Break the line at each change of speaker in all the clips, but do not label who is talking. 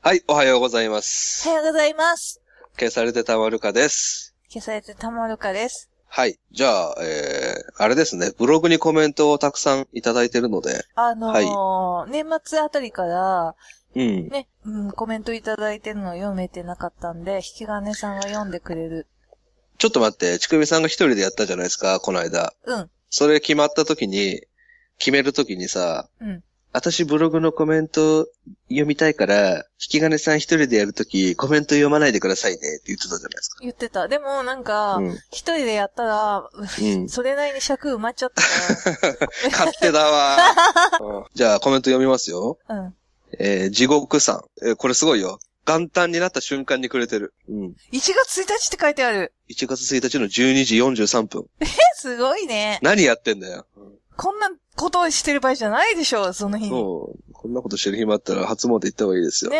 はい、おはようございま
お
す。
はようございます。
消されてたまるかです。
消されてたまるかです。
はい。じゃあ、えー、あれですね。ブログにコメントをたくさんいただいてるので。
あのー年末あたりから、
うん。
ね、うん、コメントいただいてるのを読めてなかったんで、引き金さんが読んでくれる。
ちょっと待って、ちくみさんが一人でやったじゃないですか、この間。
うん、
それ決まった時に、決める時にさ、
うん。
私ブログのコメント読みたいから、引き金さん一人でやるとき、コメント読まないでくださいねって言ってたじゃないですか。
言ってた。でも、なんか、
うん
一人でやったら、
うん
それなりに尺埋まっちゃったか
勝手だわ、 うんじゃあコメント読みますよ。
ら。うん。
えー地獄さん。えーこれすごいよ。元旦になった瞬間にくれてる。うん。
1月1日って書いてある。
1月1日の12時43分。
え、すごいね。
何やってんだよ。
こんなことをしてる場合じゃないでしょ、その日に。
もう、こんなことしてる暇あったら初詣行った方がいいですよ。
ね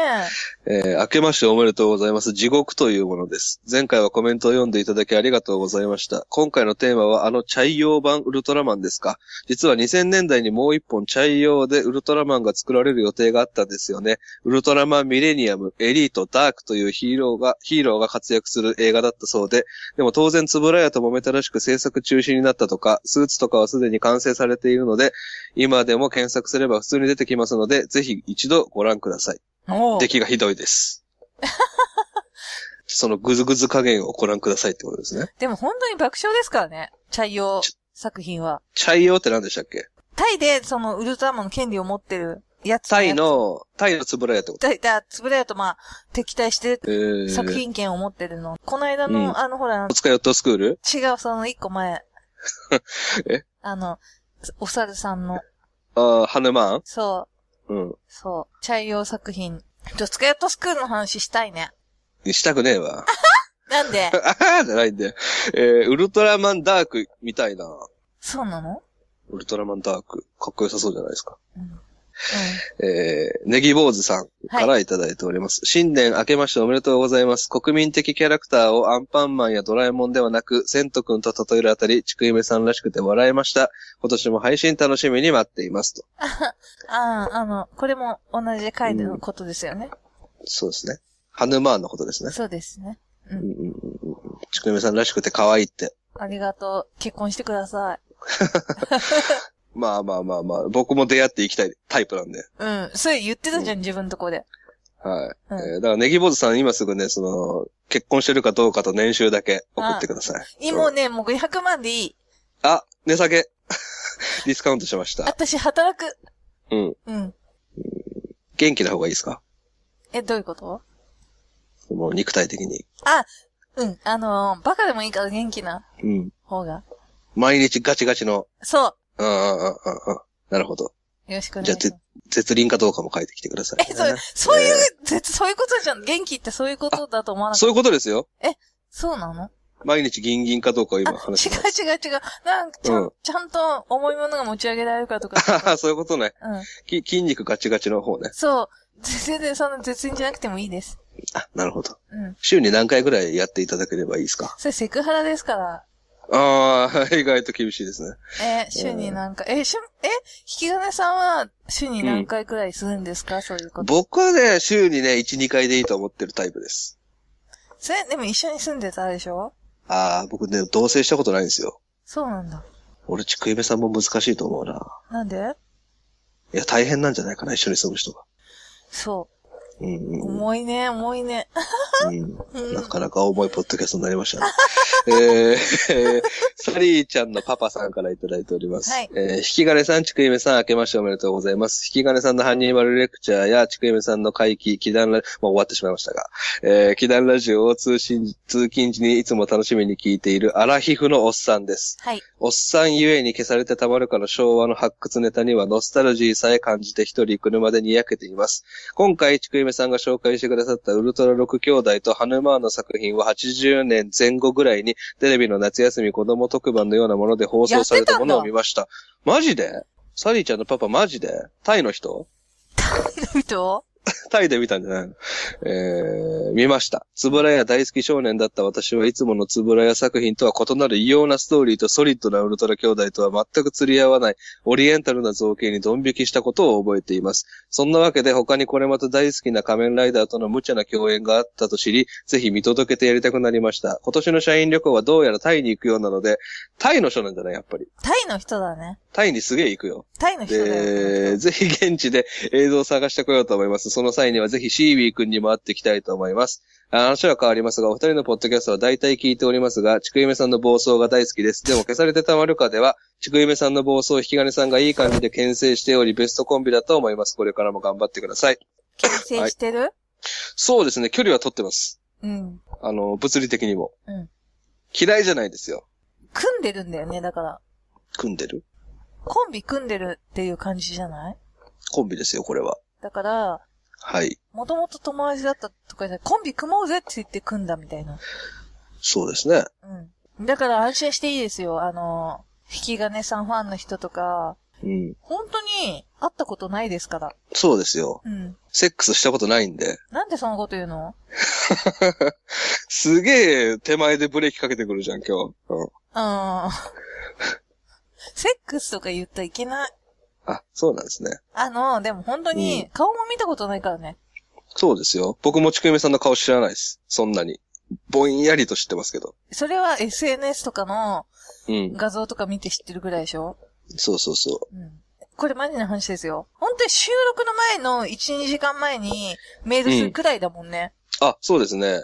えー明けましておめでとうございます。地獄というものです。前回はコメントを読んでいただきありがとうございました。今回のテーマはあのチャイヨー版ウルトラマンですか実は2000年代にもう一本チャイヨーでウルトラマンが作られる予定があったんですよね。ウルトラマンミレニアム、エリート、ダークというヒーローが、ヒーローが活躍する映画だったそうで、でも当然つぶらやと揉めたらしく制作中止になったとか、スーツとかはすでに完成されているので、今でも検索すれば普通に出てきますので、ぜひ一度ご覧ください。
え。おう
出来がひどいです。 そのぐずぐず加減をご覧くださいってことですね。
でも本当に爆笑ですからね。茶用作品は。
チャイヨーって何でしたっけ
タイで、その、ウルトラマンの権利を持ってるやつ。
タイ。の、タイのつぶらやってこと
タイ、だ、つぶれやと、まあ、敵対してる
えー、
作品権を持ってるの。この間の、
うん
あの、ほら、
おつかヨットスクール。
違う、その一個前
え
あの、お猿さんの、
ああ、ハヌマーン
そ
うん
う、。そう、茶用作品。ちょ、スカヤットスクールの話したいね。
したくねえわ。
なんで
あはーじゃないんだよ。えー、ウルトラマンダークみたいな。
そうなの
ウルトラマンダーク。かっこよさそうじゃないですか。
う
えー、ネギ坊主さんからいただいております。新年明けましておめでとうございます。国民的キャラクターをアンパンマンやドラえもんではなく、セント君と例えるあたり、ちくいめさんらしくて笑いました。今年も配信楽しみに待っていますと。
ん。ああ、あの、これも同じ回でのことですよね。
そうですね。ハヌマーンのことですね。
そうですね。
うんうんうんうんちくいめさんらしくて可愛いって。
ありがとう。結婚してください。
まあまあまあまあ、僕も出会っていきたいタイプなんで。
うん。それ言ってたじゃん、自分のとこで。
はい。
うん
えーだからネギ坊主さん今すぐね、その、結婚してるかどうかと年収だけ送ってください。
今ね、もう500万でいい。
あ、値下げ。 ディスカウントしました。
私働く。
うん。
うん。
元気な方がいいですか
え、どういうこと
もう肉体的に。
あ、うん。あのーバカでもいいから元気な
うん。
方が。
毎日ガチガチの。
そ
うんうんうんうんうん。なるほど。
う。よろしくお願い
じゃ
し
あ
ます。、
絶輪かどうかも書いてきてください、
え、そう、そういう、絶そういうことじゃん。元気ってそういうことだと思わなかっ た。
そういうことですよ。
そうなの
毎日ギンギンかどうかを
あ、
今話し
違
てます。
う違う違う。なんか、ちゃ
うん
ん、ちゃんと重いものが持ち上げられるかとか。
あは はそういうことね。
うん。
き筋肉ガチガチの方ね。
そう。全然そんな絶縁じゃなくてもいいです。
あ、なるほど。
うん。
週に何回ぐらいやっていただければいいですか
それセクハラですから。
ああ、 意外と厳しいですね。
えー、週に何回、えー、しゅ、え、引き金さんは週に何回くらいするんですか、そういうこと。
僕はね、週にね、1、2回でいいと思ってるタイプです。
それ、でも一緒に住んでたでしょ
ああ、僕ね、同棲したことないんですよ。
そうなんだ。
俺、ちくいめさんも難しいと思うな。
なんで
いや、大変なんじゃないかな、一緒に住む人が。
そ
うん
う。
うん
重いね、重いね。
うん。
うん
なかなか重いポッドキャストになりましたね。えーえーサリーちゃんのパパさんからいただいております。
はい
えー引き金さん、ちくいめさん、明けましておめでとうございます。引き金さんのハンニバルレクチャーや、ちくいめさんの会期、祈談ラジオ、もう終わってしまいましたが、えー、祈談ラジオを通信、通勤時にいつも楽しみに聞いている、アラヒフのおっさんです。
はい。
おっさんゆえに消されてたまるかの昭和の発掘ネタにはノスタルジーさえ感じて一人車でにやけています。今回、ちくいめさんが紹介してくださったウルトラ6兄弟とハヌマーンの作品は80年前後ぐらいにテレビの夏休み子供特番のようなもので放送されたものを見ました。マジでサリーちゃんのパパマジでタイの人
人
タイで見たんじゃないのえー見ました。つぶらや大好き少年だった私はいつものつぶらや作品とは異なる異様なストーリーとソリッドなウルトラ兄弟とは全く釣り合わないオリエンタルな造形にドン引きしたことを覚えています。そんなわけで他にこれまた大好きな仮面ライダーとの無茶な共演があったと知り、ぜひ見届けてやりたくなりました。今年の社員旅行はどうやらタイに行くようなので、タイの人なんじゃないやっぱり。
タイの人だね。
タイにすげえ行くよ。
タイの人だよ。
で、ぜひ現地で映像を探してこようと思います。その際にはぜひシービー君にも会ってきたいと思います。あ話は変わりますが、お二人のポッドキャストは大体聞いておりますが、ちくゆめさんの暴走が大好きです。でも消されてたまるかでは、ちくゆめさんの暴走を引き金さんがいい感じで牽制しており、ベストコンビだと思います。これからも頑張ってください。
牽制してる、
そうですね、距離は取ってます。
うん。
あの、物理的にも。
うん
嫌いじゃないですよ。
組んでるんだよね、だから。
組んでる
コンビ組んでるっていう感じじゃない
コンビですよ、これは。
だから、
はい。
もともと友達だったとかじゃない、コンビ組もうぜって言って組んだみたいな。
そうですね。
うん。だから安心していいですよ。あの、引き金さんファンの人とか、
うん。
本当に会ったことないですから。
そうですよ。
うん。
セックスしたことないんで。
なんでそのこと言うの
すげえ手前でブレーキかけてくるじゃん、今日。うん。
うん。 セックスとか言ったらいけない。
あ、そうなんですね。
あの、でも本当
う
に顔も見たことないからね。
そうですよ。僕もちくゆめさんの顔知らないです。そんなに。ぼんやりと知ってますけど。
それは SNS とかの
うん。
画像とか見て知ってるぐらいでしょ
そうそうそ
うん。これマジな話ですよ。本当に収録の前の1、2時間前にメールするくらいだもんね。
う。あ、そうですね。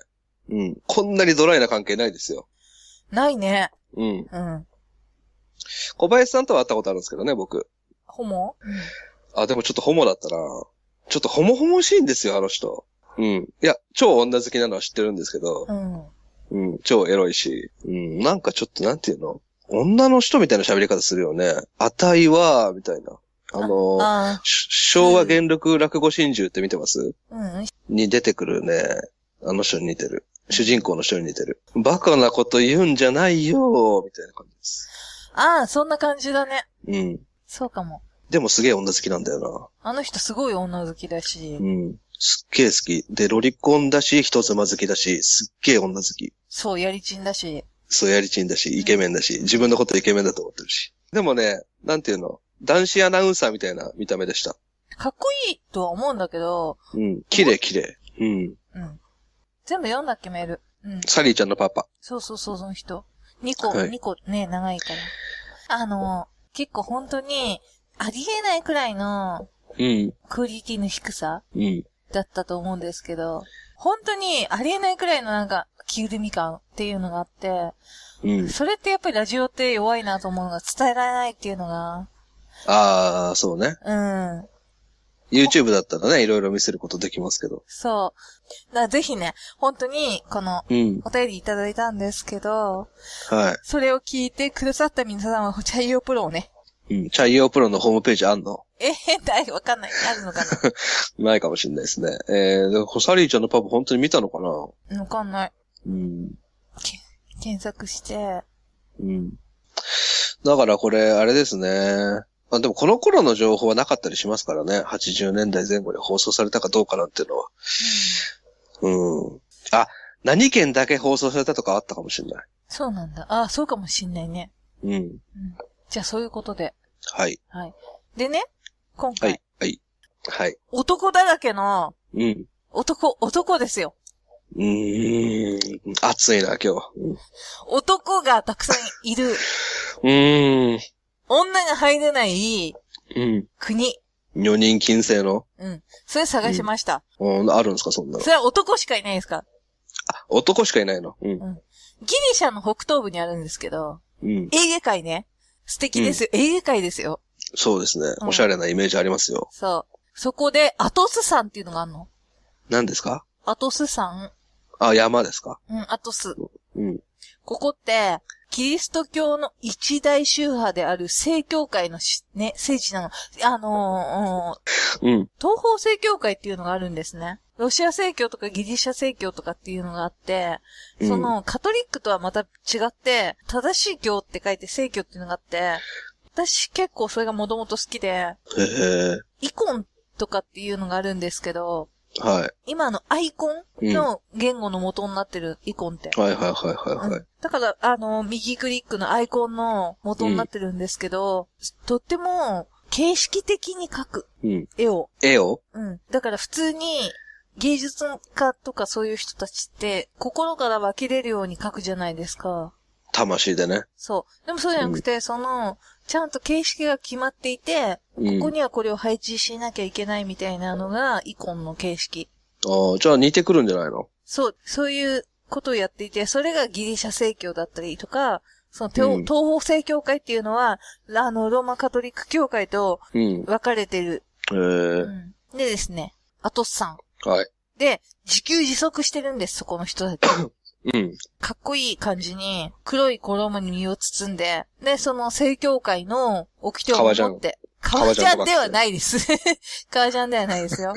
うん。こんなにドライな関係ないですよ。
ないね。
うん。
うん。
小林さんとは会ったことあるんですけどね、僕。
ホモ、
あ、でもちょっとホモだったな。ちょっとホモホモしいんですよ、あの人。うん。いや、超女好きなのは知ってるんですけど、
うん、うん。
うん、超エロいし、うん、なんかちょっとなんていうの女の人みたいな喋り方するよね。あたいは、みたいな。あのー
あ
し昭和元禄落語真珠って見てます
あ、うん。
に出てくるね。あの人に似てる。主人公の人に似てる。バカなこと言うんじゃないよみたいな感じです。
ああ、そんな感じだね。
うん。
そうかも。
でもすげえ女好きなんだよ
あの人すごい女好きだし、
な。うん。すっげえ好き。で、ロリコンだし、人妻好きだし、すっげえ女好き。
そう、やりちんだし、
そうやりちんだし、イケメンだし、自分のことイケメンだと思ってるし。でもね、なんていうの男子アナウンサーみたいな見た目でした。
かっこいいとは思うんだけど、
うん。綺麗綺麗。うん。
うん。全部読んだっけ、メール。うん。
サリーちゃんのパパ。
そうそうそう、その人。2個、
はい
2個ね、長いから。あの、結構本当に、ありえないくらいの
うん。
クオリティの低さ
うん。
だったと思うんですけど、本当にありえないくらいのなんか、着ぐるみ感っていうのがあって、
うん。
それってやっぱりラジオって弱いなと思うのが伝えられないっていうのが、
あー、そうね。
うん。
YouTube だったらね、いろいろ見せることできますけど。
そう。だからぜひね、本当に、この、
うん。
お便りいただいたんですけど、
は
それを聞いてくださった皆さんは、チャイヨープロをね、
い。うん。チャイヨープロのホームページあんの
えー、ない、わかんない。あるのか
ないかもしれないですね。えー、でホサリーちゃんのパパ本当に見たのかな
なわかんない。
うん。
検索して、
うん。だからこれ、あれですね。あでもこの頃の情報はなかったりしますからね。80年代前後に放送されたかどうかなんていうのは。うん。あ、何県だけ放送されたとかあったかもしれない。
そうなんだ。あそうかもしんないね。
うん。
じゃあ、そういうことで。
はい。
はい。でね、今
は
回、
い。はい。はい。
男だらけの、
うん。
男、男ですよ。
うーん。暑いな、今日。うん
男がたくさんいる、
うーん。
女が入れない
うん。
国。
女人禁制の、
うん。それ探しました。
うん、あるんですか、そんなの
そ。れは男しかいないですか
あ、男しかいないの。うん。
ギリシャの北東部にあるんですけど、
うん。
エーゲ海ね。素敵ですよ。エーゲ海ですよ。
そうですね。
うん
おしゃれなイメージありますよ。
そう。そこで、アトス山っていうのがあるの。
何ですか
アトス山。
あ、山ですか
うん、アトス。
うん。
ここって、キリスト教の一大宗派である正教会のしね、聖地なの。あのーうん
うん。
東方正教会っていうのがあるんですね。ロシア正教とかギリシャ正教とかっていうのがあって、
うん
その、カトリックとはまた違って、正しい教って書いて正教っていうのがあって、私結構それがもともと好きで、
へえ。
イコンとかっていうのがあるんですけど、
は
今のアイコン
い。うん。はい
の言語の元になってるイコンって。
はいはいはいはい。
だから、あの、右クリックのアイコンの元になってるんですけど、とっても形式的に描く
うん。
絵を。
絵を
うん。だから普通に芸術家とかそういう人たちって心から湧き出るように描くじゃないですか。
魂でね。
そう。でもそうじゃなくて、その、ちゃんと形式が決まっていて、
うん。
ここにはこれを配置しなきゃいけないみたいなのがイコンの形式。
ああ、じゃあ似てくるんじゃないの
そう、そういうことをやっていて、それがギリシャ正教だったりとか、その、てお
うん
東方正教会っていうのは、あの、ローマカトリック教会と
うん。
分かれてる。
ええ
うんでですね、アトスさん。
はい。
で、自給自足してるんです、そこの人たち。
うん。
かっこいい感じに、黒い衣に身を包んで、で、その正教会の掟を守って。革
革
ジ
ジャン
ャンではないです。 革ジャンではないですよ。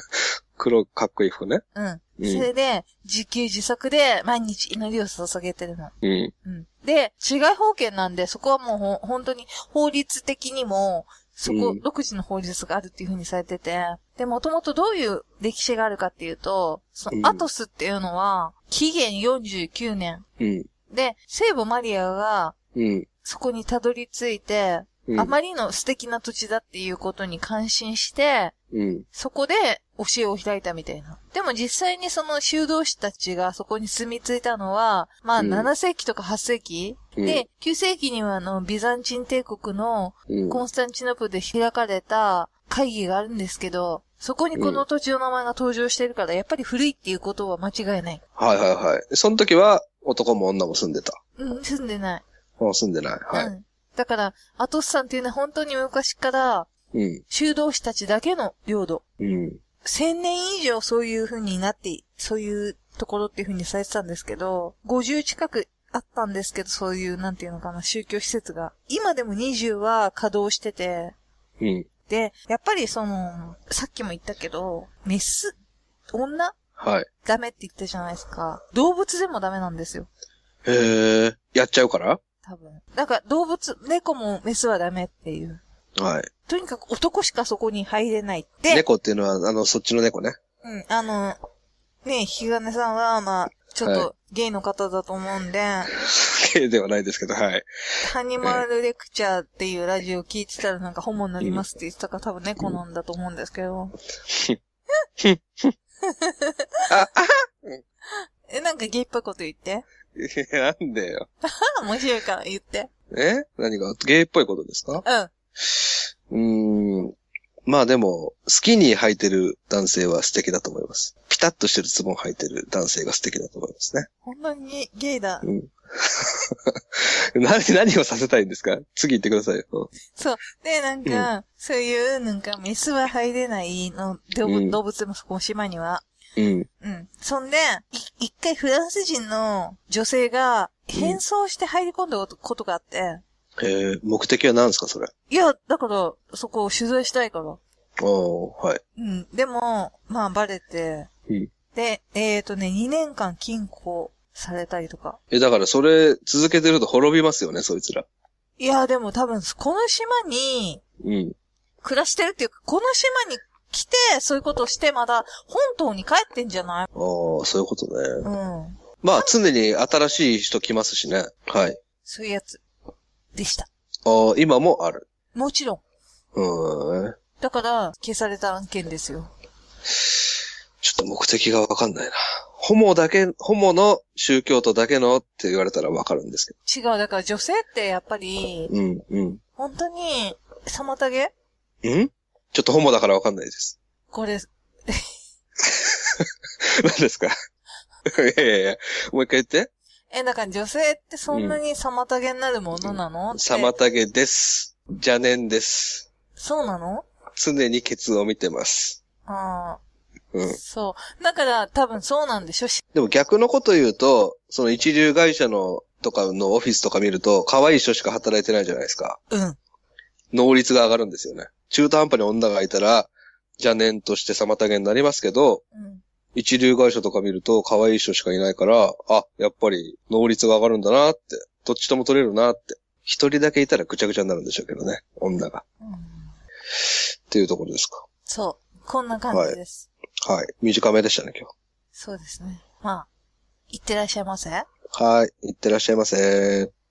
黒、かっこいい服ね。
うん。
うん
それで、自給自足で毎日祈りを注げてるの。
うん。
うん。で、治外法権なんで、そこはもうほん本当に法律的にも、そこ、
うん
独自の法律があるっていう風にされてて、で、もともとどういう歴史があるかっていうと、そ
うん
のアトスっていうのは、紀元49年。
うん。
で、聖母マリアが、
うん。
そこにたどり着いて、
うん。
あまりの素敵な土地だっていうことに感心して、
うん。
そこで教えを開いたみたいな。でも実際にその修道士たちがそこに住み着いたのは、まあ
うん
7世紀とか8世紀、
うん
で、9世紀にはあの、ビザンチン帝国の
うん。
コンスタンチノプルで開かれた会議があるんですけど、そこにこの土地の名前が登場してるから、やっぱり古いっていうことは間違いない。
はいはいはい。その時は男も女も住んでた。
うん、住んでない。
あ住んでない。は
う
い。
ん。だから、アトスさんっていうのは本当に昔から
うん。
修道士たちだけの領土。
うん。
1000年以上そういう風になって、そういうところっていう風にされてたんですけど、50近くあったんですけど、そういう、なんていうのかな、宗教施設が。今でも20は稼働してて、
うん。
で、やっぱりその、さっきも言ったけど、メス、女
はい。
ダメって言ったじゃないですか。動物でもダメなんですよ。
へえ。やっちゃうから
多分。だから動物、猫もメスはダメっていう。
はい。
とにかく男しかそこに入れないって。
猫っていうのは、あの、そっちの猫ね。
うん、あの、ねえ、引き金さんは、まあ、ちょっ
は
とゲイの方だと思うんで、
系ではないですけど、 はい。
ハニマルレクチャーっていうラジオ聞いてたらなんかホモになりますって言ってたから多分猫なんだと思うんですけど。
あ、
え、なんかゲイっぽいこと言って。
あなんでよ。
あ面白いから言って。
え何がゲイっぽいことですか
うん。
うーん。まあでも、スキニー履いてる男性は素敵だと思います。ピタッとしてるズボン履いてる男性が素敵だと思いますね。
本当にゲイだ。
うん。 何、何をさせたいんですか次行ってくださいよ。うん
で、なんか、そういう、なんかメスは入れないの、動
う
物
ん
動物でもそこの島には。
うん。
うん。そんで、い一回フランス人の女性が変装して入り込んだことことがあって、
えー、目的は何ですかそれ。
いや、だから、そこを取材したいから。
おー、はい。
うん。でも、まあ、バレて。
うん
で、えっ、ー、とね、2年間禁錮されたりとか。
え、だからそれ続けてると滅びますよね、そいつら。
いや、でも多分、この島に
うん。
暮らしてるっていうか、この島に来て、そういうことをして、まだ、本島に帰ってんじゃない
あー、そういうことね。
うん。
まあ常に新しい人来ますしね。はい。
そういうやつ。でした。
あー、今もある。
もちろん。
うーん。
だから、消された案件ですよ。
ちょっと目的がわかんないな。ホモだけ、ホモの宗教徒だけのって言われたらわかるんですけ
違う、だから女性ってやっぱり、
ど。うん、うん。
本当に、妨げ
んちょっとホモだからわかんないです。
これ、
何ですか いやいやいや、もう一回言って。
え、だから女性ってそんなに妨げになるものなの、って
妨げです。邪念です。
そうなの
常にケツを見てます。
あ
う
あ、
ん。
そう。だから多分そうなんでしょし
でも逆のこと言うと、その一流会社のとかのオフィスとか見ると、可愛い人しか働いてないじゃないですか。
うん。
能率が上がるんですよね。中途半端に女がいたら、邪念として妨げになりますけど、
うん。
一流会社とか見ると可愛い人しかいないから、あ、やっぱり能率が上がるんだなって、どっちとも取れるなって。一人だけいたらぐちゃぐちゃになるんでしょうけどね、女が。
う
っ
ん、
ていうところですか。
そう。こんな感じです。
はい。短めでしたね、今
そうですね。まあ、いってらっしゃいませ。
日。はい。いってらっしゃいませ。